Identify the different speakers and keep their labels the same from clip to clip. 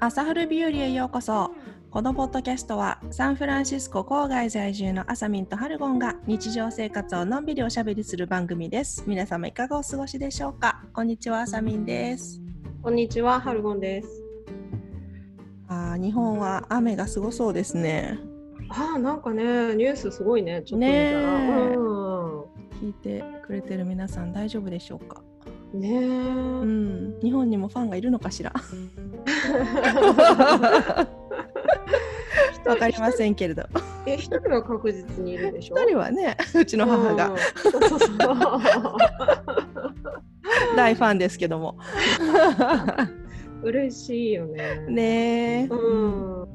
Speaker 1: 朝春日和へようこそこのポッドキャストはサンフランシスコ郊外在住のアサミンとハルゴンが日常生活をのんびりおしゃべりする番組です皆様いかがお過ごしでしょうかこんにちはアサミンです
Speaker 2: こんにちは、ハルゴンです。
Speaker 1: あー日本は雨がすごそうですね
Speaker 2: ああ、なんかね、ニュースすごいね、ちょっと見た
Speaker 1: ね
Speaker 2: ら。
Speaker 1: え
Speaker 2: うん
Speaker 1: 聞いてくれてる皆さん大丈夫でしょうか
Speaker 2: ね
Speaker 1: う
Speaker 2: え。
Speaker 1: ん、日本にもファンがいるのかし らわかりませんけれど
Speaker 2: え、一人は確実にいるでしょ。
Speaker 1: 一人はねうちの母が
Speaker 2: うん。そうそうそう。
Speaker 1: 大ファンですけども
Speaker 2: 嬉しいよね。
Speaker 1: ねえ
Speaker 2: うん。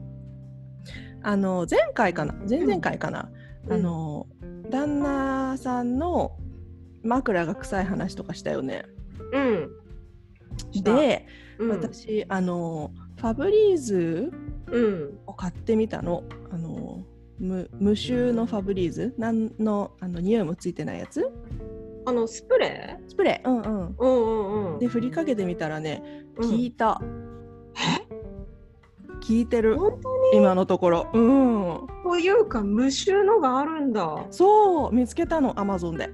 Speaker 1: あの前回かな前々回かな、
Speaker 2: うん
Speaker 1: あの旦那さんの枕が臭い話とかしたよね。
Speaker 2: うん。した、
Speaker 1: で、
Speaker 2: うん、
Speaker 1: 私あのファブリーズ
Speaker 2: うん。
Speaker 1: を買ってみたの。あの無無臭のファブリーズなんのあの匂いもついてないやつ
Speaker 2: あのスプレー。
Speaker 1: スプレー、うんうん、
Speaker 2: うんうんうん。
Speaker 1: で振りかけてみたらね
Speaker 2: うん
Speaker 1: 効いた、
Speaker 2: え、
Speaker 1: 効いてる
Speaker 2: 本当に
Speaker 1: 今のところうん
Speaker 2: こういうか、無臭のがあるんだ。
Speaker 1: そう見つけたのアマゾンで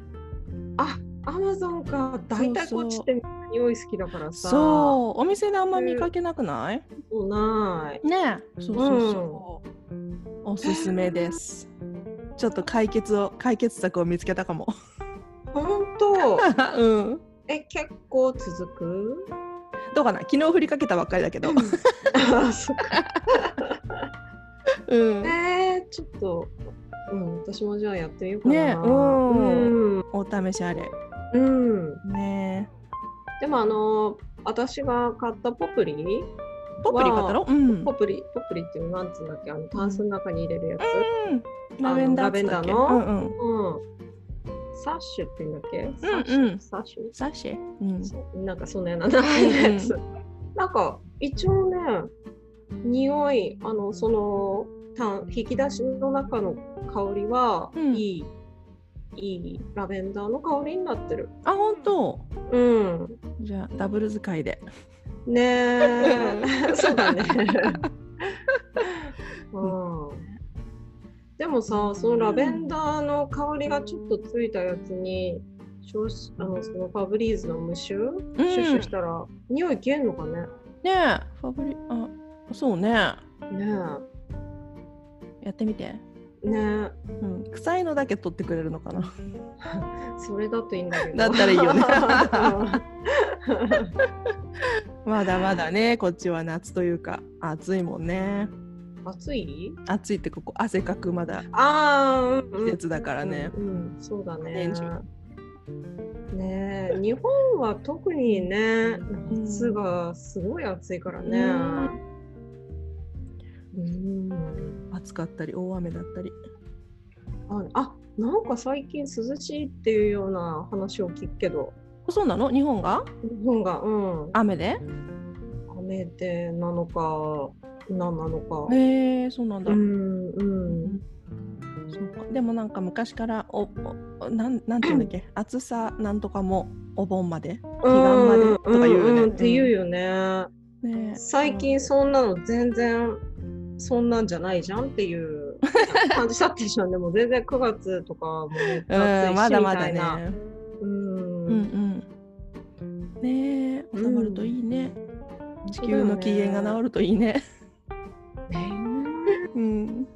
Speaker 2: あ、アマゾンか、大体こっちってみんな匂い好きだからさ。
Speaker 1: そうお店であんま見かけなくない、
Speaker 2: そうない。
Speaker 1: ねえそうそうそう、おすすめですちょっと解決を解決策を見つけたかも
Speaker 2: 本当。
Speaker 1: うん
Speaker 2: え、結構続く。
Speaker 1: どうかな昨日振りかけたばっかりだけど
Speaker 2: あ、そっか。
Speaker 1: うん
Speaker 2: えー、ちょっと。うん、私もじゃあやってみようかな。
Speaker 1: ねうん
Speaker 2: うん。
Speaker 1: お試しあれ
Speaker 2: うん。
Speaker 1: ね
Speaker 2: でも、あの、私が買ったポプリ。
Speaker 1: えポップリ買ったのうん
Speaker 2: ポプリ、ポプリっていう、なんつうんだっけ、あの、タンスの中に入れるやつ。
Speaker 1: うんラベンダー
Speaker 2: あのラベンダーの
Speaker 1: っつったっけうんうん
Speaker 2: うん。サッシュっていうんだっけ。サッシ
Speaker 1: うんうん
Speaker 2: ュ。サッシュ。
Speaker 1: サッシェうん
Speaker 2: そうなんかそんなような名前のやつ。 なんか一応ね、匂い、あのそのた引き出しの中の香りは、
Speaker 1: うん
Speaker 2: いい、いいラベンダーの香りになってる。
Speaker 1: あ本当
Speaker 2: うん。
Speaker 1: じゃあダブル使いで
Speaker 2: ね え、そうだね。うん。でもさ、そのラベンダーの香りがちょっとついたやつに、消しあのそのファブリーズの無臭、
Speaker 1: う
Speaker 2: シュッシ
Speaker 1: ん
Speaker 2: ュしたら匂い消えんのかね。
Speaker 1: ねえファブリあそうね
Speaker 2: ね
Speaker 1: やってみて
Speaker 2: えね
Speaker 1: うん臭いのだけ取ってくれるのかな
Speaker 2: えそれだといいんだけど
Speaker 1: だったらいいよねまだまだねこっちは夏というか暑いもんね
Speaker 2: うん 暑い
Speaker 1: 暑いってここ汗かくまだ
Speaker 2: ああ
Speaker 1: 季節だからね
Speaker 2: うんうんうんそうだね
Speaker 1: 年中
Speaker 2: ねえ日本は特にね夏がすごい暑いからねうん
Speaker 1: 暑かったり大雨だったり
Speaker 2: ああなんか最近涼しいっていうような話を聞くけど
Speaker 1: そうなの日本が
Speaker 2: 日本がうん
Speaker 1: 雨で
Speaker 2: 雨でなのか何なのか、
Speaker 1: へえそうなんだ、
Speaker 2: うんうん
Speaker 1: そうかでもなんか昔からおおなんなんていうんだっけ 暑さなんとかもお盆まで
Speaker 2: 彼岸まで
Speaker 1: うん
Speaker 2: とか言うよ
Speaker 1: う
Speaker 2: ね。
Speaker 1: ん
Speaker 2: って言うよね。
Speaker 1: ねえ
Speaker 2: 最近そんなの全然そんなんじゃないじゃんって いう感じだったじゃん。でも全然9月とかもめっち
Speaker 1: うん
Speaker 2: ゃ暑いし
Speaker 1: まだ
Speaker 2: み
Speaker 1: ま
Speaker 2: た
Speaker 1: だ
Speaker 2: いな。
Speaker 1: ね
Speaker 2: うん
Speaker 1: うんうんねえ収まるといいね、地球の機嫌が治るといいね
Speaker 2: ね
Speaker 1: うん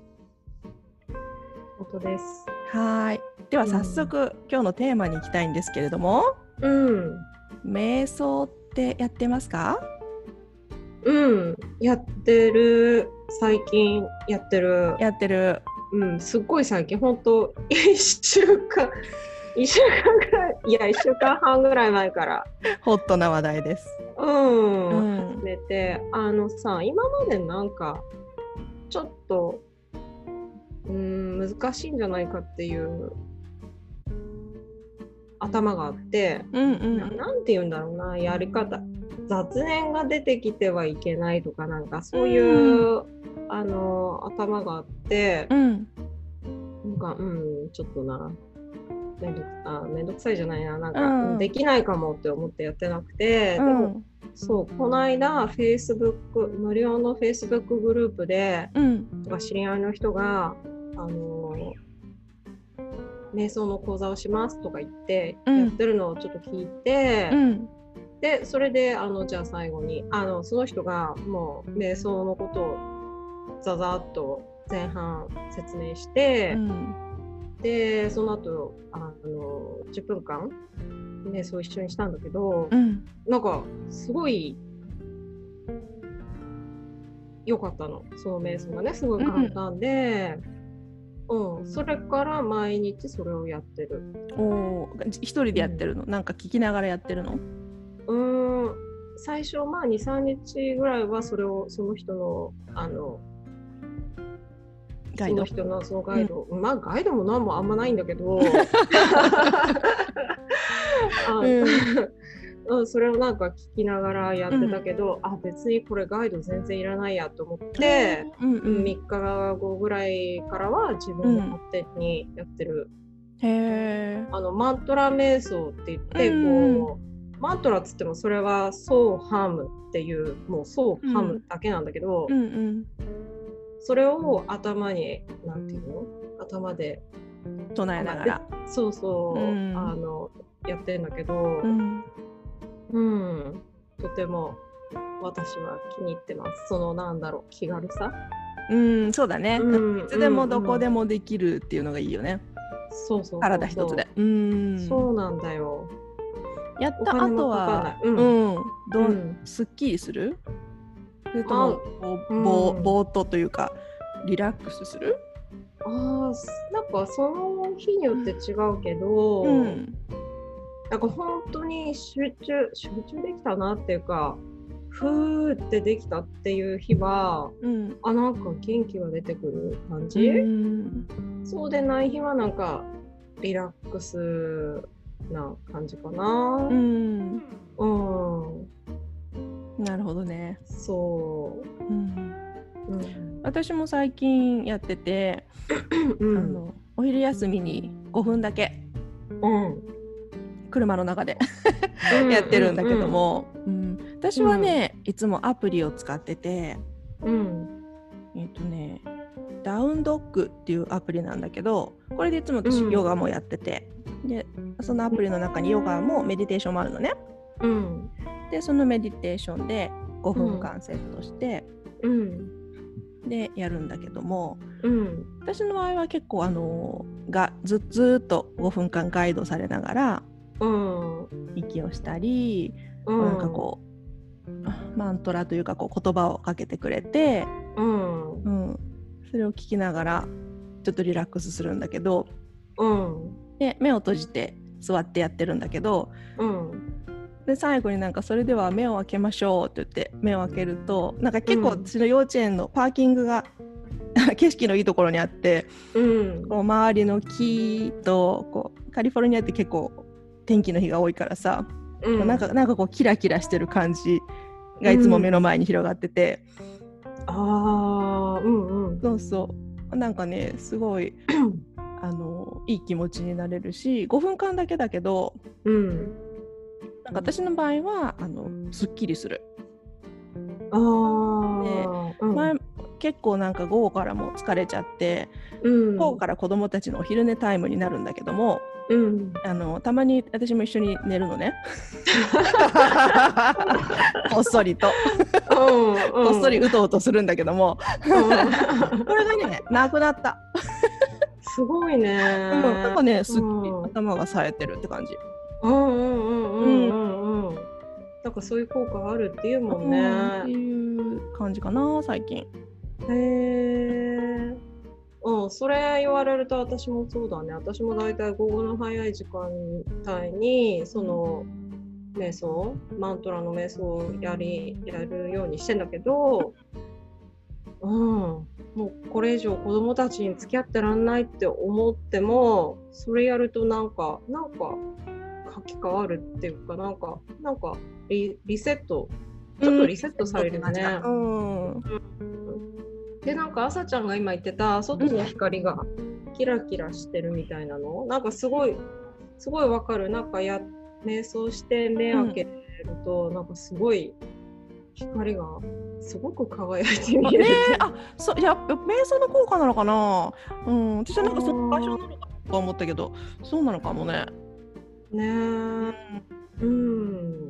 Speaker 2: 本当です。
Speaker 1: はーい。では早速、今日のテーマに行きたいんですけれども、
Speaker 2: うん。
Speaker 1: 瞑想ってやってますか？
Speaker 2: うん、やってる最近やってる
Speaker 1: やってる。
Speaker 2: うんすっごい最近本当1週間1週間ぐらいいや1週間半ぐらい前から
Speaker 1: ホットな話題です。う
Speaker 2: うん、
Speaker 1: ん。
Speaker 2: めてあのさ今までなんかちょっとうーん難しいんじゃないかっていう頭があって、
Speaker 1: うん
Speaker 2: ななんて言うんだろうなやり方雑念が出てきてはいけないとかなんかそういう、あの頭があって
Speaker 1: うん。う、ん。
Speaker 2: なんかうんちょっとな。めんどくあめんどくさいじゃないななんか、
Speaker 1: うん
Speaker 2: できないかもって思ってやってなくて、でも
Speaker 1: うん
Speaker 2: そうこの間 Facebook 無料の Facebook グループで
Speaker 1: うん
Speaker 2: 知り合いの人が「あの瞑想の講座をします」とか言って、
Speaker 1: うん
Speaker 2: やってるのをちょっと聞いて、
Speaker 1: うん
Speaker 2: でそれであのじゃあ最後にあのその人がもう瞑想のことをざざっと前半説明して
Speaker 1: う、ん
Speaker 2: でその後あの10分間瞑想を一緒にしたんだけど、
Speaker 1: うん
Speaker 2: なんかすごい良かったのその瞑想がねすごい簡単で、うんそれから毎日それをやってる
Speaker 1: おー一人でやってるのなんか聞きながらやってるの
Speaker 2: うーん最初まあ23日ぐらいはそれをその人のあの
Speaker 1: ガ
Speaker 2: そ
Speaker 1: イド
Speaker 2: の人のそのガイド、まあガイドも何もあんまないんだけ どあ
Speaker 1: うん
Speaker 2: うん、それをなんか聞きながらやってたけど、あ別にこれガイド全然いらないやと思って、
Speaker 1: うんうんへ
Speaker 2: 3日後ぐらいからは自分で勝手にやってる、
Speaker 1: え
Speaker 2: あのマントラ瞑想って言って、
Speaker 1: うん
Speaker 2: こうマントラっつってもそれは「ソーハム」っていうもう「ソーハム」だけなんだけど、
Speaker 1: うんうん
Speaker 2: それを頭になんていうの頭で
Speaker 1: 唱えながら
Speaker 2: そうそう、
Speaker 1: うん
Speaker 2: あのやってんだけど、
Speaker 1: うん
Speaker 2: うん、とても私は気に入ってますそのなんだろう気軽さ、
Speaker 1: うんそうだねい
Speaker 2: うん
Speaker 1: つでもどこで
Speaker 2: も、
Speaker 1: もできるっていうのがいいよね
Speaker 2: うんそうそうそうそう
Speaker 1: 体一つでうん
Speaker 2: そうなんだよ
Speaker 1: やった
Speaker 2: お金
Speaker 1: 後
Speaker 2: もかかんな
Speaker 1: はいうんど
Speaker 2: うんん
Speaker 1: すっきりするそれともこう
Speaker 2: うん
Speaker 1: ぼーぼーっとというかリラックスする
Speaker 2: ああ、すなんかその日によって違うけど、
Speaker 1: うん
Speaker 2: なんか本当に集中集中できたなっていうかふーってできたっていう日は
Speaker 1: うん
Speaker 2: あなんか元気が出てくる感
Speaker 1: う
Speaker 2: じ、
Speaker 1: ん
Speaker 2: そうでない日はなんかリラックスな感じかな
Speaker 1: うん
Speaker 2: うん、
Speaker 1: なるほどね
Speaker 2: そ
Speaker 1: うん
Speaker 2: う、うん
Speaker 1: 私も最近やってて
Speaker 2: う
Speaker 1: あ
Speaker 2: ん
Speaker 1: のお昼休みに5分だけ
Speaker 2: うん、
Speaker 1: 車の中でやってるんだけども、うん私はね、いつもアプリを使ってて
Speaker 2: うんうん
Speaker 1: えっ、とねダウンドッグっていうアプリなんだけどこれでいつも私
Speaker 2: うん
Speaker 1: ヨガもやってて、でそのアプリの中にヨガもメディテーションもあるのね
Speaker 2: うん
Speaker 1: でそのメディテーションで5分間セットして、
Speaker 2: うん
Speaker 1: でやるんだけども
Speaker 2: うん
Speaker 1: 私の場合は結構あのがずずーっと5分間ガイドされながら
Speaker 2: うん
Speaker 1: 息をしたり、
Speaker 2: うん
Speaker 1: なんかこうマントラというかこう言葉をかけてくれて、
Speaker 2: うん
Speaker 1: うん、それを聞きながらちょっとリラックスするんだけど
Speaker 2: うん
Speaker 1: で目を閉じて座ってやってるんだけど
Speaker 2: うん
Speaker 1: で最後になんかそれでは目を開けましょうって言って目を開けるとなんか結構
Speaker 2: うん
Speaker 1: 私の幼稚園のパーキングが 景色のいいところにあって
Speaker 2: うん
Speaker 1: こう周りの木とこうカリフォルニアって結構天気の日が多いからさ、
Speaker 2: うん
Speaker 1: なんかなんかこうキラキラしてる感じがいつも目の前に広がってて、
Speaker 2: ああうんうん
Speaker 1: そうそうなんかねすごいあのいい気持ちになれるし5分間だけだけど
Speaker 2: うん
Speaker 1: なんか私の場合はあのすっきりする、
Speaker 2: ああうん
Speaker 1: 前結構なんか午後からも疲れちゃって
Speaker 2: うん
Speaker 1: 午後から子供たちのお昼寝タイムになるんだけども
Speaker 2: うん
Speaker 1: あのたまに私も一緒に寝るの ねこっそりと
Speaker 2: うんうん
Speaker 1: こっそりうとうとするんだけども
Speaker 2: うん
Speaker 1: これがねなくなった
Speaker 2: すごい
Speaker 1: う
Speaker 2: ね
Speaker 1: ん、なんかね、すっきり
Speaker 2: うん
Speaker 1: 頭が冴えてるって感じ。
Speaker 2: うんうんうんうんうんうんなんかそういう効果あるっていうもんね、
Speaker 1: うんっていう感じかな、最近。
Speaker 2: へえ。うん、それ言われると私もそうだね。私も大体午後の早い時間帯に、その、瞑想、マントラの瞑想をやり、やるようにしてんだけど、うん、もうこれ以上子供たちに付き合ってらんないって思っても、それやるとなんか、なんか、書き換わるっていうか、なんか、なんかリ、リセット、ちょっとリセットされるね。
Speaker 1: うん。
Speaker 2: でなんか朝ちゃんが今言ってた外の光がキラキラしてるみたいなの、なんかすごいすごいわかるなんかやっ瞑想して目開けると、なんかすごい光がすごく輝いて見
Speaker 1: ね
Speaker 2: える。
Speaker 1: えあそういや瞑想の効果なのかなうん私はなんかその場所なのかと思ったけどそうなのかもね
Speaker 2: ねえうん。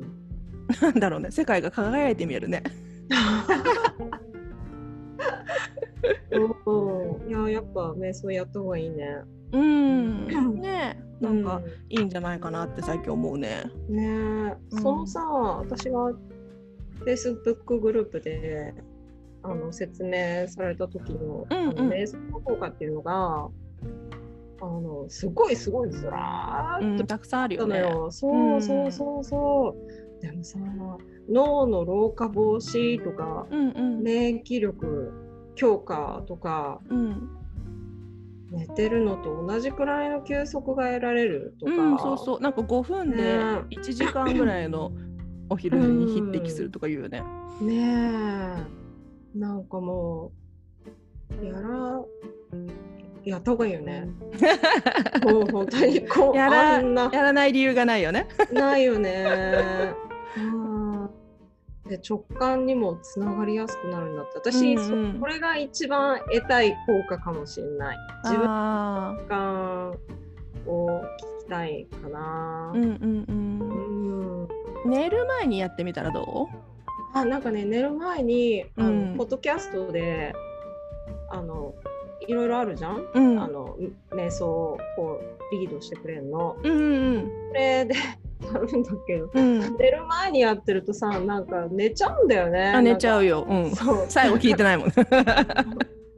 Speaker 1: なんだろうね世界が輝いて見えるね
Speaker 2: うんいややっぱ瞑想やった方がいいね。
Speaker 1: うんねえなんか
Speaker 2: う
Speaker 1: いいんじゃないかなって最近思うね
Speaker 2: ねえ、
Speaker 1: うん
Speaker 2: そのさ私が Facebook グループであの説明された時の,、
Speaker 1: うんうん
Speaker 2: あの瞑想の効果っていうのがあのすごいすごいずら
Speaker 1: う
Speaker 2: ーっと
Speaker 1: んたくさんある
Speaker 2: 来た
Speaker 1: よ
Speaker 2: の
Speaker 1: ね
Speaker 2: よ、
Speaker 1: う
Speaker 2: そ
Speaker 1: ん
Speaker 2: うそうそうそうでもさ脳の老化防止とか
Speaker 1: うんうん
Speaker 2: 免疫力強化とか
Speaker 1: うん
Speaker 2: 寝てるのと同じくらいの休息が得られるとか、
Speaker 1: うんそうそうなんか5分で
Speaker 2: ね
Speaker 1: 1時間ぐらいのお昼寝に匹敵するとか言うよね
Speaker 2: ねえなんかもうやらやった方がいいよねもう本当にこ う
Speaker 1: やら
Speaker 2: あんな
Speaker 1: やらない理由がないよね
Speaker 2: ないよねうんで直感にもつながりやすくなるんだって私、
Speaker 1: うんうん
Speaker 2: そこれが一番得たい効果かもしれない自分の
Speaker 1: あ
Speaker 2: 直感を聞きたいかな
Speaker 1: あうんうんうん
Speaker 2: うん
Speaker 1: 寝る前にやってみたらどう
Speaker 2: あなんかね寝る前にあの、
Speaker 1: うん
Speaker 2: ポッドキャストであのいろいろあるじゃん、
Speaker 1: うん
Speaker 2: あの瞑想をこうリードしてくれるの
Speaker 1: うんうん
Speaker 2: それで あるんだけど
Speaker 1: うん
Speaker 2: 寝る前にやってるとさなんか寝ちゃうんだよね
Speaker 1: あ寝ちゃ
Speaker 2: う
Speaker 1: うよ うん
Speaker 2: そう
Speaker 1: 最後聞いてないもんね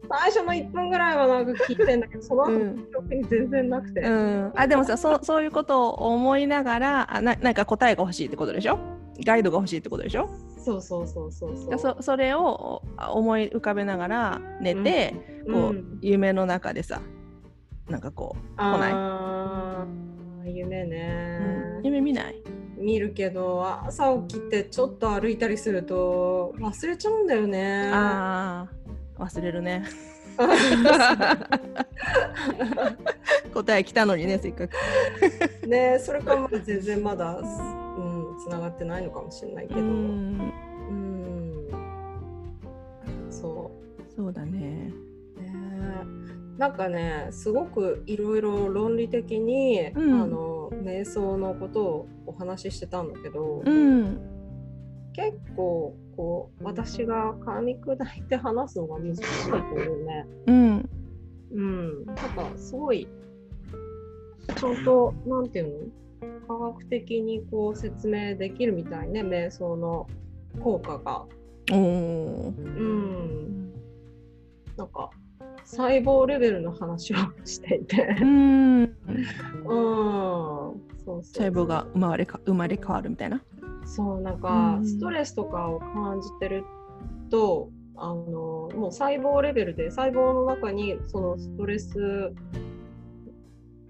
Speaker 2: 最初の1分ぐらいはなんか聞いてんだけどその 後
Speaker 1: う
Speaker 2: の
Speaker 1: ん
Speaker 2: 記憶に全然なくて、
Speaker 1: うん、あでもさそそういうことを思いながらあななんか答えが欲しいってことでしょガイドが欲しいってことでしょ
Speaker 2: そうそうそうそうそう
Speaker 1: だそそれをあ思い浮かべながら寝て、こう、
Speaker 2: ん
Speaker 1: 夢の中でさなんかこない
Speaker 2: あー夢
Speaker 1: う、
Speaker 2: ね、
Speaker 1: うん夢見ない
Speaker 2: 見るけど朝起きてちょっと歩いたりすると忘れちゃうんだよね。
Speaker 1: あー忘れる ね答え来たのにねせっかく、
Speaker 2: ねそれかも全然まだ、うん、つながってないのかもしれないけ
Speaker 1: う
Speaker 2: ど。うん
Speaker 1: ん、
Speaker 2: そ
Speaker 1: そうだね
Speaker 2: う、ね、なんかねすごくいろいろ論理的に、
Speaker 1: うん
Speaker 2: あの瞑想のことをお話ししてたんだけど、
Speaker 1: うん
Speaker 2: 結構こう私が噛み砕いて話すのが難しいと思うね。
Speaker 1: うん
Speaker 2: うん、なんかすごい、ちゃんと、なんていうの、科学的にこう説明できるみたいね、瞑想の効果が。
Speaker 1: おお
Speaker 2: う
Speaker 1: ー
Speaker 2: ん、なんか、細胞レベルの話をしてい て、
Speaker 1: うん
Speaker 2: うん、そうそう
Speaker 1: 細胞が生まれか生まれ変わるみたいな
Speaker 2: そう、なん
Speaker 1: う
Speaker 2: か、
Speaker 1: ん
Speaker 2: ストレスとかを感じてると、あのもう細胞レベルで細胞の中にそのストレス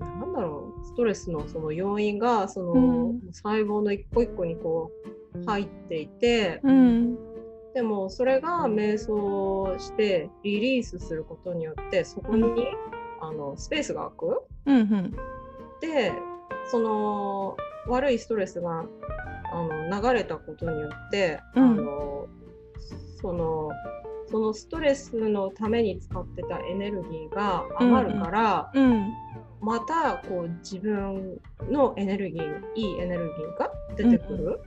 Speaker 2: なんだろうストレスのその要因がその、
Speaker 1: うん
Speaker 2: 細胞の一個一個にこう入っていて、
Speaker 1: うん
Speaker 2: でもそれが瞑想してリリースすることによってそこに、
Speaker 1: うん
Speaker 2: あのスペースが空く
Speaker 1: うんうん
Speaker 2: でその悪いストレスがあの流れたことによって、
Speaker 1: うん
Speaker 2: あのそのそのストレスのために使ってたエネルギーが余るから、
Speaker 1: うん
Speaker 2: またこう自分のエネルギーいいエネルギーが出てくる、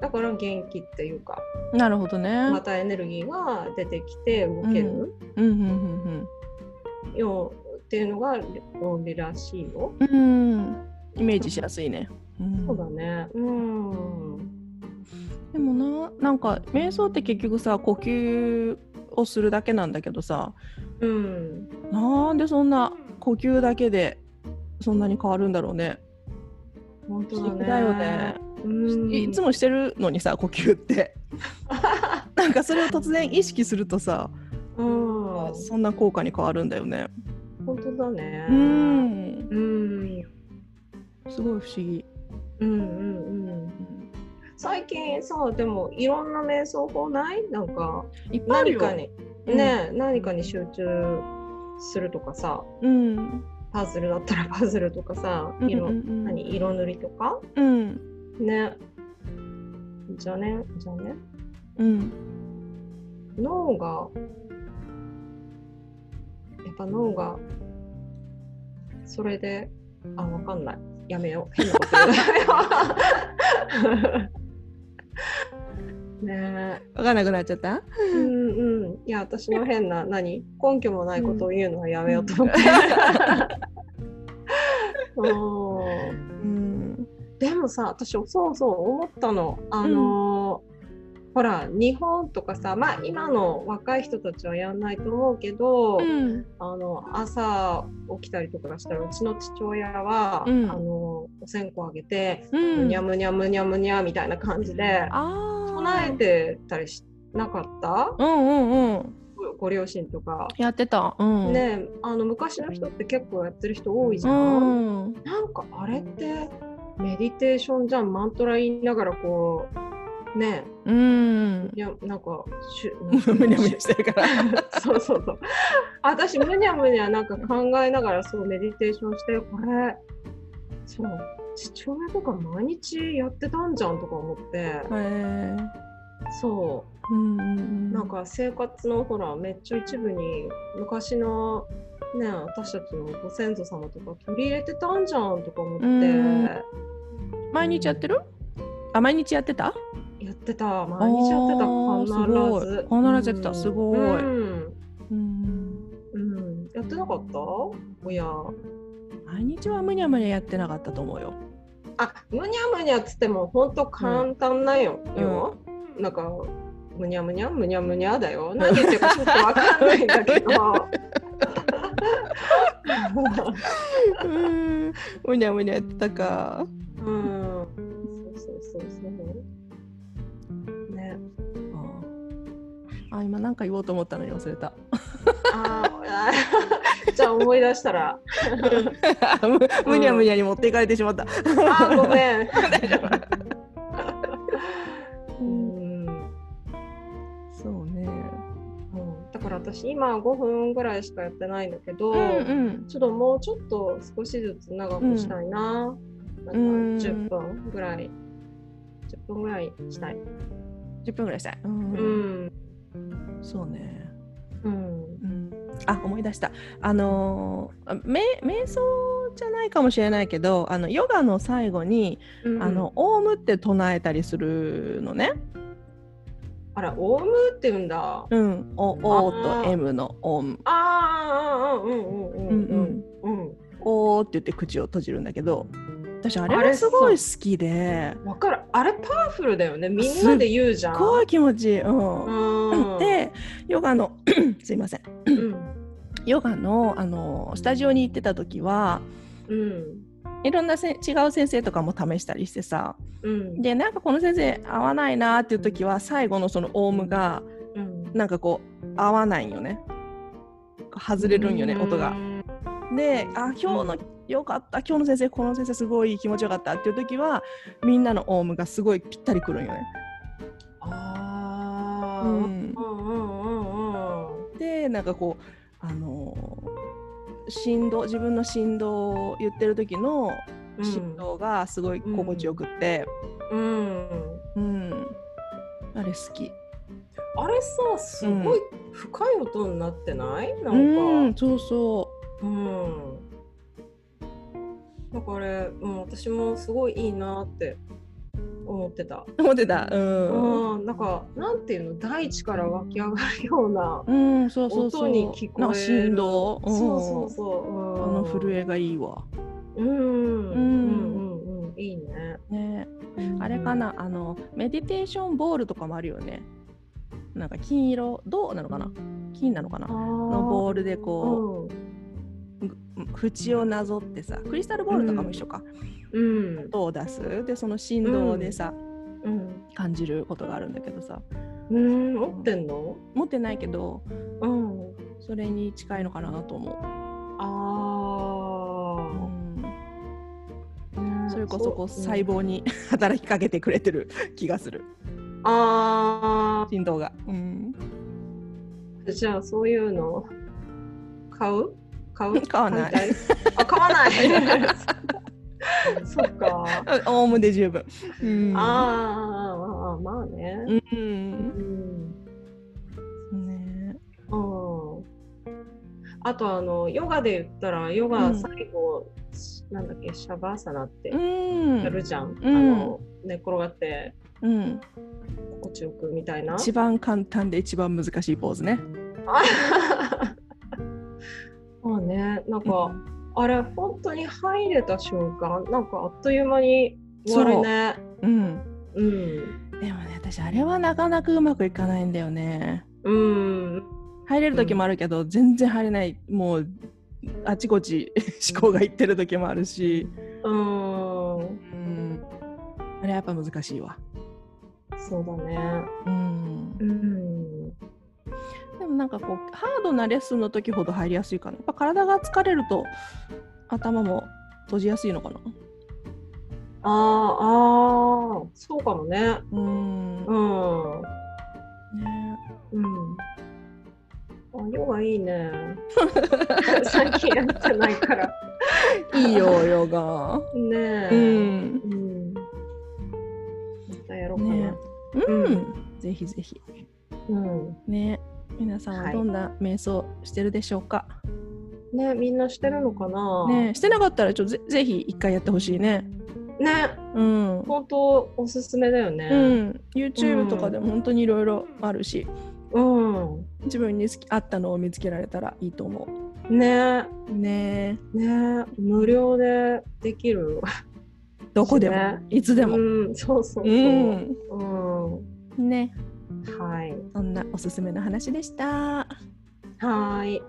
Speaker 2: だから元気っていうか
Speaker 1: なるほどね。
Speaker 2: またエネルギーが出てきて動ける
Speaker 1: うんうん
Speaker 2: ようっていうのが論理らしいよ。
Speaker 1: うんうん。うん。イメージしやすいね。うん
Speaker 2: そうだね。うん。
Speaker 1: でもななんか瞑想って結局さ呼吸をするだけなんだけどさ
Speaker 2: うん。
Speaker 1: なんでそんな呼吸だけでそんなに変わるんだろうね。
Speaker 2: 本
Speaker 1: 不
Speaker 2: 当だ
Speaker 1: 思
Speaker 2: ね。
Speaker 1: 議だよね。
Speaker 2: うん。
Speaker 1: いつもしてるのにさ呼吸って。なんかそれを突然意識するとさ、
Speaker 2: うん。
Speaker 1: そんな効果に変わるんだよね。
Speaker 2: 本当だね。
Speaker 1: う。ん。
Speaker 2: うん。
Speaker 1: すごい不思議。
Speaker 2: うんうんうん。
Speaker 1: うん
Speaker 2: 最近さ、でもいろんな瞑想法ないなんか
Speaker 1: いっぱいある
Speaker 2: 何
Speaker 1: よ
Speaker 2: かに、ね、何かに集中するとかさ、
Speaker 1: うん。
Speaker 2: 試パズルだったら パズルとかさ色、
Speaker 1: うんうんうん
Speaker 2: 何色塗りとか
Speaker 1: うん
Speaker 2: ねじゃねじゃね
Speaker 1: うん
Speaker 2: 脳がやっぱ脳がそれであわかんないやめよう変なこと言うの やめようねえ
Speaker 1: 分かんなくなっちゃった
Speaker 2: うんうんいや私の変な何根拠もないことを言うのはやめようと思って うん
Speaker 1: うん
Speaker 2: でもさ私そうそう思ったのあのーほら日本とかさまあ今の若い人たちはやんないと思うけど、
Speaker 1: うん
Speaker 2: あの朝起きたりとかしたらうちの父親は、
Speaker 1: うん
Speaker 2: あのお線香あげて、
Speaker 1: う
Speaker 2: むにゃ
Speaker 1: ん
Speaker 2: むにゃむにゃむにゃみたいな感じで
Speaker 1: あー
Speaker 2: 唱えてたりしなかった
Speaker 1: うんうんうん
Speaker 2: ごご両親とか。
Speaker 1: やってたうん
Speaker 2: ねえあの昔の人って結構やってる人多いじ
Speaker 1: う
Speaker 2: ゃん。
Speaker 1: ん
Speaker 2: なんかあれってメディテーションじゃんマントラ言いながらこうね
Speaker 1: うん
Speaker 2: いやなんかしゅ
Speaker 1: むにゃむにゃしてるから
Speaker 2: そうそうそう私むにゃむにゃなんか考えながらそうメディテーションしてこれそう父親とか毎日やってたんじゃんとか思って
Speaker 1: へえ
Speaker 2: そ
Speaker 1: うんうんう
Speaker 2: うんなんか生活のほらめっちゃ一部に昔のね私たちのご先祖様とか取り入れてたんじゃんとか思って。
Speaker 1: うん毎日やってるあ毎日やってた
Speaker 2: やってた毎日やってた
Speaker 1: あー
Speaker 2: 必ず
Speaker 1: すごい必ずやってた
Speaker 2: うん
Speaker 1: すごい
Speaker 2: うん、
Speaker 1: うん
Speaker 2: うんやってなかった親
Speaker 1: 毎日はむにゃむにゃやってなかったと思うよ
Speaker 2: あむにゃむにゃっつってもほんと簡単なんよ、
Speaker 1: うん
Speaker 2: よなんかむにゃむにゃむにゃむにゃだよ何言ってるかちょっとわかんないんだけど
Speaker 1: うんむにゃむにゃやってたか
Speaker 2: うんそうそうそうそうね
Speaker 1: あ今なんか言おうと思ったのに忘れた
Speaker 2: あー じゃあ思い出したら
Speaker 1: む むにゃむにゃに持っていかれてしまった
Speaker 2: あー ごめん
Speaker 1: う
Speaker 2: うん
Speaker 1: そうね
Speaker 2: うんだから私今5分ぐらいしかやってないんだけど、
Speaker 1: うん
Speaker 2: ちょっともうちょっと少しずつ長くしたいな,、なんか
Speaker 1: うん
Speaker 2: 10分ぐらい10分ぐらいしたい
Speaker 1: 10分ぐらいしたい、う
Speaker 2: うんん
Speaker 1: そうね
Speaker 2: うん
Speaker 1: うんあ思い出したあのーあめ瞑想じゃないかもしれないけどあのヨガの最後に、
Speaker 2: うん
Speaker 1: あのオウムって唱えたりするのね、
Speaker 2: あらオウムって言うんだ
Speaker 1: うん、お
Speaker 2: あ
Speaker 1: お
Speaker 2: ー
Speaker 1: と M のオウム、
Speaker 2: あーあーあーうんうん
Speaker 1: う
Speaker 2: うん
Speaker 1: うんん、
Speaker 2: うん
Speaker 1: おーって言って口を閉じるんだけど私あれ
Speaker 2: あ
Speaker 1: が
Speaker 2: れ
Speaker 1: すごい好きで
Speaker 2: うんわかるあれパワフルだよねみんなで言うじゃん
Speaker 1: すごい気持ちいい、うん
Speaker 2: うん
Speaker 1: でヨガの すいません
Speaker 2: うん
Speaker 1: ヨガのあのスタジオに行ってた時は
Speaker 2: うん
Speaker 1: いろんなせ違う先生とかも試したりしてさ
Speaker 2: うん
Speaker 1: でなんかこの先生合わないなっていう時は最後のそのオウムが
Speaker 2: うん
Speaker 1: なんかこう合わないんよね外れるんよね音が。であ今日のよかった今日の先生この先生すごい気持ちよかったっていう時はみんなのオウムがすごいぴったりくるんよね。
Speaker 2: ああ、
Speaker 1: うん
Speaker 2: う、んうんうんうん
Speaker 1: でなんかこうあのー振動自分の振動を言ってる時の
Speaker 2: うん
Speaker 1: 振動がすごい心地よくって、
Speaker 2: うん
Speaker 1: うんあれ好き。
Speaker 2: あれさすごい深い音になってない、な
Speaker 1: うんん
Speaker 2: か
Speaker 1: そうそ
Speaker 2: うんだからあれ、うん、私もすごいいいなって思ってた、
Speaker 1: う思ってた。うん
Speaker 2: うん、なんかなんていうの大地から湧き上がるような
Speaker 1: うん、そうそうそう。
Speaker 2: 音に聞こえる
Speaker 1: なんか振動。ん
Speaker 2: そうそうそう、うん、
Speaker 1: あの震えがいいわ。
Speaker 2: うんうん
Speaker 1: ん
Speaker 2: うんうんいいね
Speaker 1: ね、あれかな、あのメディテーションボールとかもあるよね。なんか金色、銅なのかな、金なのかな。の
Speaker 2: の
Speaker 1: ボールでこ
Speaker 2: うん
Speaker 1: う、縁をなぞってさ、クリスタルボールとかも一緒か。
Speaker 2: うん
Speaker 1: 音を出す、で、その振動でさ、
Speaker 2: うん
Speaker 1: 感じることがあるんだけどさ。
Speaker 2: うん持ってんの
Speaker 1: 持ってないけど、
Speaker 2: うん
Speaker 1: それに近いのかなと思う。う
Speaker 2: あ
Speaker 1: ん
Speaker 2: あ
Speaker 1: それこそこう細胞に働きかけてくれてる 気がする
Speaker 2: あ
Speaker 1: 振動が。うん
Speaker 2: あじゃあそういうの買う買う
Speaker 1: 買わない
Speaker 2: 買いたあ買わない そっか
Speaker 1: オウムで十分。うん、
Speaker 2: あああああまあね
Speaker 1: う。
Speaker 2: うんん、
Speaker 1: ね。
Speaker 2: うん、あとあのヨガで言ったらヨ
Speaker 1: う
Speaker 2: ガ
Speaker 1: ん
Speaker 2: 最後、なんだっけシャバーサナって
Speaker 1: うん
Speaker 2: や。るじゃん、
Speaker 1: うん
Speaker 2: あの寝っ転がって
Speaker 1: うん。
Speaker 2: 心地よくみたいな
Speaker 1: 一番簡単で一番難しいポーズね。
Speaker 2: あそうねなんか、
Speaker 1: うん
Speaker 2: あれ本当に入れた瞬間なんかあっという間に終わるね
Speaker 1: うん。
Speaker 2: うん
Speaker 1: でもね、私あれはなかなかうまくいかないんだよね。
Speaker 2: うん
Speaker 1: 入れる時もあるけど、全然入れない。もうあちこち思考がいってる時もあるし。
Speaker 2: うん
Speaker 1: うん。あれはやっぱ難しいわ。
Speaker 2: そうだね
Speaker 1: うん。
Speaker 2: うん
Speaker 1: でもなんかこうハードなレッスンの時ほど入りやすいかな。やっぱ体が疲れると頭も閉じやすいのかな。
Speaker 2: あーあーそうかもね
Speaker 1: うーん。ね
Speaker 2: うんうんあヨガいいね 最近やってないから
Speaker 1: いいよヨガ。
Speaker 2: ねえ
Speaker 1: うん。
Speaker 2: うんまたやろうかな、
Speaker 1: ね。う。
Speaker 2: うん
Speaker 1: ぜひぜひ。
Speaker 2: うん
Speaker 1: ね。皆さんはどんな瞑想してるでしょうか。
Speaker 2: ねみんなしてるのかな
Speaker 1: ね。してなかったらちょっとぜぜひ一回やってほしいね。
Speaker 2: ね
Speaker 1: うん。
Speaker 2: 本当おすすめだよ
Speaker 1: う
Speaker 2: ね。
Speaker 1: ん。YouTube とかでも本当にいろいろあるし、
Speaker 2: うん。
Speaker 1: 自分に好き合ったのを見つけられたらいいと思
Speaker 2: ね
Speaker 1: う。ね。
Speaker 2: ね無料でできる。
Speaker 1: どこでも、
Speaker 2: ね
Speaker 1: いつでも。
Speaker 2: うん、そうそうそう。
Speaker 1: うん。
Speaker 2: うん。
Speaker 1: ね。
Speaker 2: はい。
Speaker 1: そんなおすすめの話でした。
Speaker 2: はーい。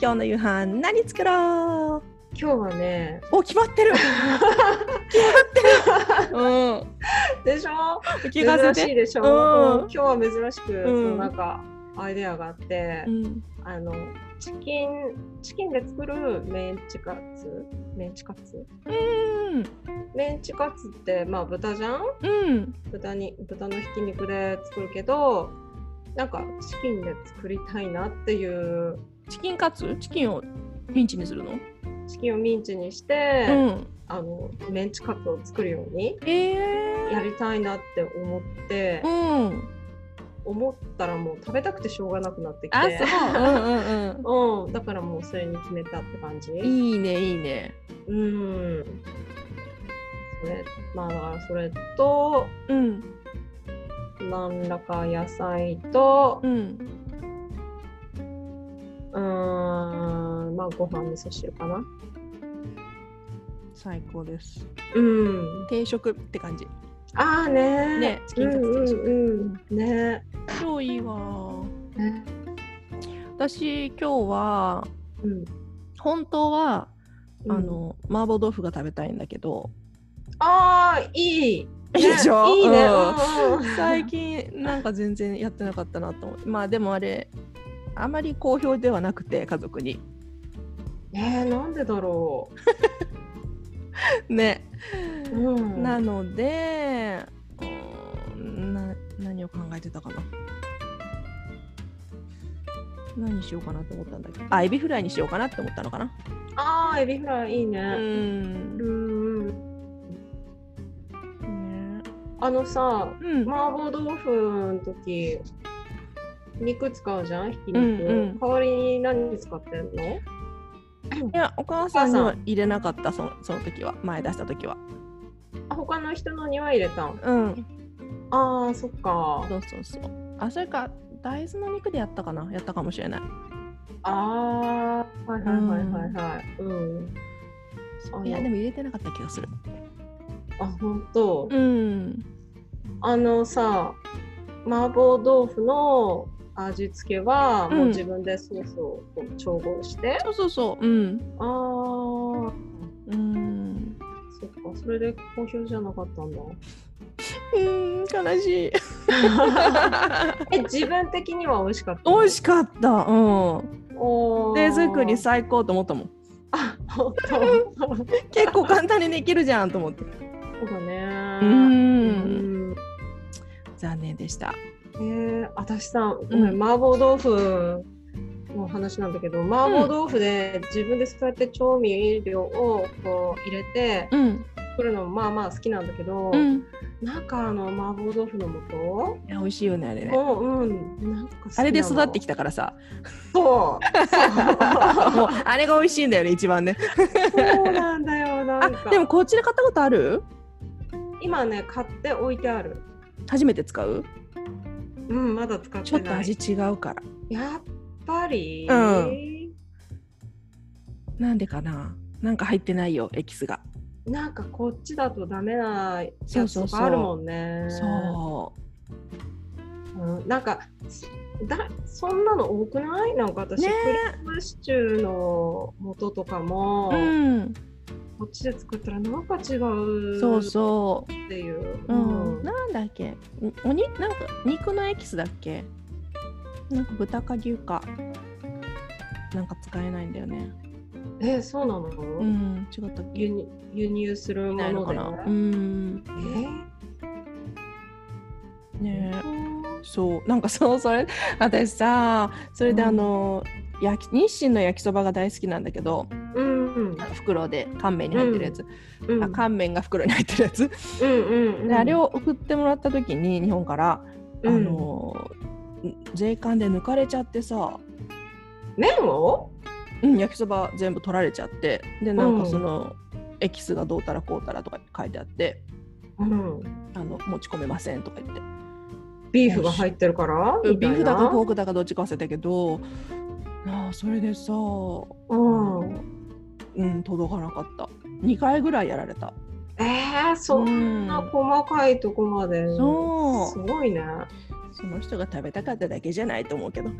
Speaker 1: 今日の夕飯何作ろう
Speaker 2: 今日はね。
Speaker 1: お決まって るうん
Speaker 2: でしょ
Speaker 1: 聞かせ
Speaker 2: 珍していでしょ、
Speaker 1: うん
Speaker 2: 今日は珍しく、
Speaker 1: ん
Speaker 2: そのなんかアイデアがあって、
Speaker 1: うん
Speaker 2: あのチキンチキンで作るメンチカツメンチカツ
Speaker 1: うん
Speaker 2: メンチカツってまあ豚じゃん
Speaker 1: うん
Speaker 2: 豚に豚のひき肉で作るけどなんかチキンで作りたいなっていう
Speaker 1: チキンカツチキンをミンチにするの、
Speaker 2: チキンをミンチにして、
Speaker 1: うん
Speaker 2: あのメンチカツを作るように
Speaker 1: え
Speaker 2: やりたいなって思って
Speaker 1: ー、うん
Speaker 2: 思ったらもう食べたくてしょうがなくなってき
Speaker 1: あそう
Speaker 2: て
Speaker 1: うんうん
Speaker 2: うん、だからもうそれに決めたって感じ。
Speaker 1: うんいいねいいね
Speaker 2: うんそれまあだからそれと
Speaker 1: うん
Speaker 2: 何らか野菜と
Speaker 1: うん
Speaker 2: うーんまあご飯味噌汁かな。
Speaker 1: 最高です
Speaker 2: うん
Speaker 1: 定食って感じ
Speaker 2: ああね
Speaker 1: ねチキ
Speaker 2: う
Speaker 1: ンカツ定
Speaker 2: ん
Speaker 1: 食、
Speaker 2: うんうんね
Speaker 1: 超いいわ私今日は
Speaker 2: うん
Speaker 1: 本当は
Speaker 2: うん
Speaker 1: あの、麻婆豆腐が食べたいんだけど、
Speaker 2: あーいい
Speaker 1: いいでしょ
Speaker 2: ねいいね
Speaker 1: うん
Speaker 2: うんうん
Speaker 1: 最近なんか全然やってなかったなと思ってまあでもあれあまり好評ではなくて家族に
Speaker 2: えー、なんでだろ
Speaker 1: ね、
Speaker 2: う、うん、
Speaker 1: なのでうーんな何を考えてたかな何しようかなと思ったんだけどあエビフライにしようかなって思ったのかな
Speaker 2: あーエビフライいいうねうん
Speaker 1: ね
Speaker 2: んうんあのさ
Speaker 1: うん、
Speaker 2: 麻婆豆腐の時肉使うじゃんひき肉、
Speaker 1: うんうん
Speaker 2: 代わりに何使ってんの
Speaker 1: いやお母さんには入れなかったそのその時は前出した時は
Speaker 2: あ他の人のには入れたん
Speaker 1: うん
Speaker 2: あーそっか
Speaker 1: そうそうそうあそれか大豆の肉でやったかなやったかもしれない
Speaker 2: あーはいはいはいはいはいうんあ
Speaker 1: いや
Speaker 2: の
Speaker 1: でも入れてなかった気がする
Speaker 2: あ本当、
Speaker 1: うん
Speaker 2: あのさ麻婆豆腐の味付けはもう自分でソースをこう調合して、
Speaker 1: そうそうそううん
Speaker 2: ああ
Speaker 1: うん
Speaker 2: そっかそれで好評じゃなかったんだ
Speaker 1: うん悲し い
Speaker 2: え自分的には美味しかった
Speaker 1: 美味しかったうん
Speaker 2: おー
Speaker 1: 手作り最高と思ったもん
Speaker 2: あ そうそう。
Speaker 1: 結構簡単にできるじゃんと思って
Speaker 2: そうだね。
Speaker 1: ん残念でした
Speaker 2: えー、私さ、ご
Speaker 1: う
Speaker 2: め
Speaker 1: ん
Speaker 2: ん、麻婆豆腐の話なんだけど、麻婆豆腐で自分でそうやって調味料をこう入れて
Speaker 1: うん
Speaker 2: 作るのもまあまあ好きなんだけど、
Speaker 1: うん
Speaker 2: なんかあの麻婆豆腐の素
Speaker 1: いや美味しいよねあれね
Speaker 2: を、うん、なんか好きなの
Speaker 1: あれで育ってきたからさ
Speaker 2: そう。
Speaker 1: もう
Speaker 2: そ
Speaker 1: あれが美味しいんだよね一番ね
Speaker 2: うそうなんだよ、な
Speaker 1: あ
Speaker 2: んか。
Speaker 1: でもこっちで買ったことある
Speaker 2: 今ね、買って置いてある。
Speaker 1: 初めて使う
Speaker 2: うん、まだ使っ
Speaker 1: ちょ
Speaker 2: て
Speaker 1: っと
Speaker 2: ない。
Speaker 1: 味違うから
Speaker 2: やっぱり、
Speaker 1: うんなんでかななんか入ってないよエキスが
Speaker 2: なんかこっちだとダメなや
Speaker 1: そう
Speaker 2: つ
Speaker 1: そ
Speaker 2: と
Speaker 1: うそう
Speaker 2: かあるもんね。
Speaker 1: そう
Speaker 2: うんなんかだそんなの多くないなんか私、
Speaker 1: ね
Speaker 2: クリームシチューの素とかも、
Speaker 1: うん、
Speaker 2: こっちで作ったらなんか違う
Speaker 1: そうそう
Speaker 2: っていう。
Speaker 1: う、うん、なんだっけ、おおに、なんか肉のエキスだっけ。なんか豚か牛か。なんか使えないんだよね。
Speaker 2: えそうなの、
Speaker 1: うん、違ったっけ。
Speaker 2: 輸入輸入する
Speaker 1: い
Speaker 2: も
Speaker 1: ないの
Speaker 2: の
Speaker 1: か
Speaker 2: で、
Speaker 1: な。うん、
Speaker 2: え
Speaker 1: ねえ。そう、なんかそう、それ、私さ、それで
Speaker 2: うん
Speaker 1: あの。焼き日清の焼きそばが大好きなんだけど
Speaker 2: うんうん
Speaker 1: 袋で乾麺に入ってるやつ、
Speaker 2: うん
Speaker 1: あ乾麺が袋に入ってるやつ、
Speaker 2: うんうんうん
Speaker 1: であれを送ってもらった時に日本から、
Speaker 2: うん
Speaker 1: あの税関で抜かれちゃってさ、
Speaker 2: 麺を
Speaker 1: うん、焼きそば全部取られちゃってでなんか
Speaker 2: うん
Speaker 1: その、エキスがどうたらこうたらとか書いてあって
Speaker 2: うん
Speaker 1: あの持ち込めませんとか言って
Speaker 2: ビーフが入ってるから
Speaker 1: ビーフだかポ
Speaker 2: こ
Speaker 1: ークだかどっちか忘れたけどああそれでさ、
Speaker 2: う
Speaker 1: うんんうん、届かなかった2回ぐらいやられた
Speaker 2: えー、そんな細かいとこまで、
Speaker 1: そう
Speaker 2: すごい ね
Speaker 1: その人が食べたかっただけじゃないと思うけ ど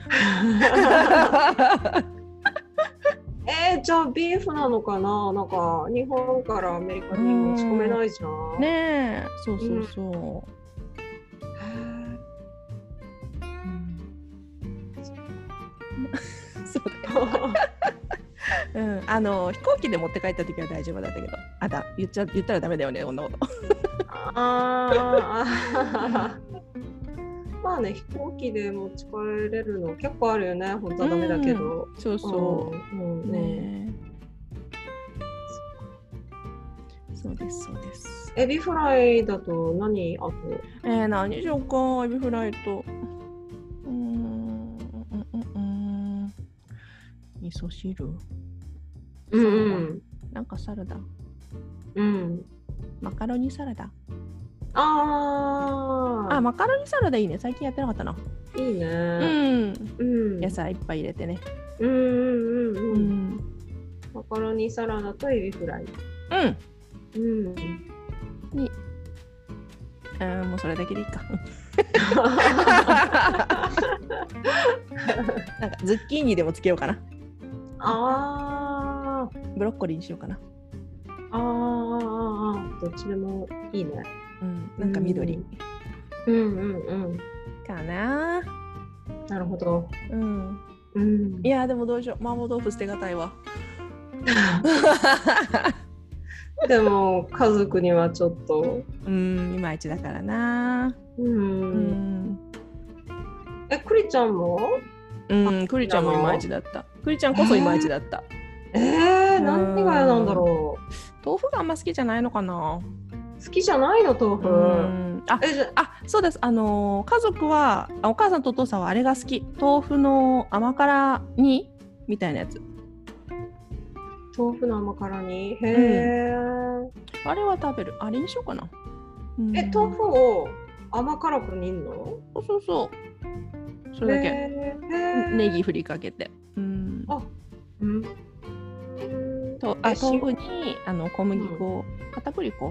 Speaker 2: えー、じゃあビーフなのかななんか日本からアメリカに持ち込めないじゃん
Speaker 1: ねえそうそうそう、うんそうだようん、あの飛行機で持って帰った時は大丈夫だったけどあだ言っちゃ言ったらダメだよねこんなこと
Speaker 2: あーまあね飛行機で持ち帰れるの結構あるよね本当はダメだけど、
Speaker 1: そうそ
Speaker 2: うん、う
Speaker 1: う、
Speaker 2: んね
Speaker 1: ねえそうですそうです
Speaker 2: エビフライだと何あと
Speaker 1: えー、何しようかエビフライとうーんうんうんうん味噌汁
Speaker 2: うん
Speaker 1: なんかサラダ
Speaker 2: うんうん
Speaker 1: マカロニサラダ
Speaker 2: あー
Speaker 1: あマカロニサラダいいね最近やってなかったない
Speaker 2: いね
Speaker 1: うん
Speaker 2: うん
Speaker 1: 野菜いっぱい入れてね
Speaker 2: うんうんうん
Speaker 1: う
Speaker 2: うん
Speaker 1: ん
Speaker 2: マカロニサラダとエビフライ
Speaker 1: うん
Speaker 2: うん
Speaker 1: あーもうそれだけでいいか なんかズッキーニでもつけようかな。
Speaker 2: あー
Speaker 1: ブロッコリーにしようかな。
Speaker 2: あーあーどっちでもいいね
Speaker 1: うん、なんか緑
Speaker 2: うんうんうんうん
Speaker 1: かな。
Speaker 2: なるほど
Speaker 1: うん。
Speaker 2: うん
Speaker 1: いやでもどうしよう。麻婆豆腐捨てがたいわ。
Speaker 2: でも家族にはちょっと
Speaker 1: うん、いまいちだからな。
Speaker 2: うん
Speaker 1: う、ん。
Speaker 2: えクリちゃんも
Speaker 1: うん、クリちゃんもいまいちだった。クリちゃんこそいまいちだった。
Speaker 2: えー、何が嫌なんだろう
Speaker 1: 豆腐があんま好きじゃないのかな。
Speaker 2: 好きじゃないの豆
Speaker 1: う
Speaker 2: 腐、
Speaker 1: ん。あ、
Speaker 2: えじゃ
Speaker 1: あ、そうです。あのー家族はあお母さんとお父さんはあれが好き。豆腐の甘辛煮みたいなやつ。
Speaker 2: 豆腐の甘辛煮へえ、
Speaker 1: あれは食べる。あれにしようかな。うん
Speaker 2: え豆腐を甘辛く煮んの
Speaker 1: そうそうそう。それだけ。
Speaker 2: へーへー
Speaker 1: ネギ振りかけて。うん。
Speaker 2: あうん
Speaker 1: と
Speaker 2: え
Speaker 1: あ
Speaker 2: し
Speaker 1: 豆腐にあの小麦粉、片栗粉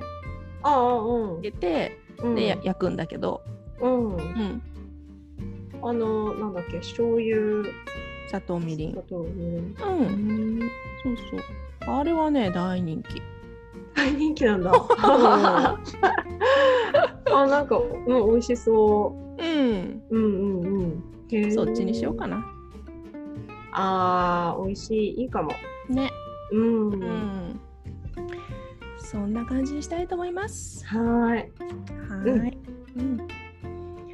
Speaker 2: ああうん
Speaker 1: 入れて、
Speaker 2: うん
Speaker 1: でや焼くんだけど、
Speaker 2: うん
Speaker 1: ん、
Speaker 2: あのなんだっけ醤油
Speaker 1: 砂糖みりん。
Speaker 2: 砂糖みりん
Speaker 1: う。
Speaker 2: うんん
Speaker 1: そうそう。あれはね大人気。
Speaker 2: 大人気なんだ。 あなんか、うん、美味しそ
Speaker 1: うん。
Speaker 2: う。うんうんうんへー。
Speaker 1: そっちにしようかな。
Speaker 2: ああ、美味しい、いいかも。
Speaker 1: ね。
Speaker 2: うん、
Speaker 1: うん、そんな感じにしたいと思います。
Speaker 2: はーい
Speaker 1: はい、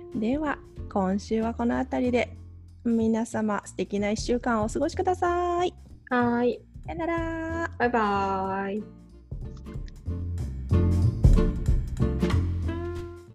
Speaker 1: うんでは今週はこの辺りで皆様素敵な1週間をお過ごしください。
Speaker 2: はーい
Speaker 1: さよなら。
Speaker 2: バイバーイ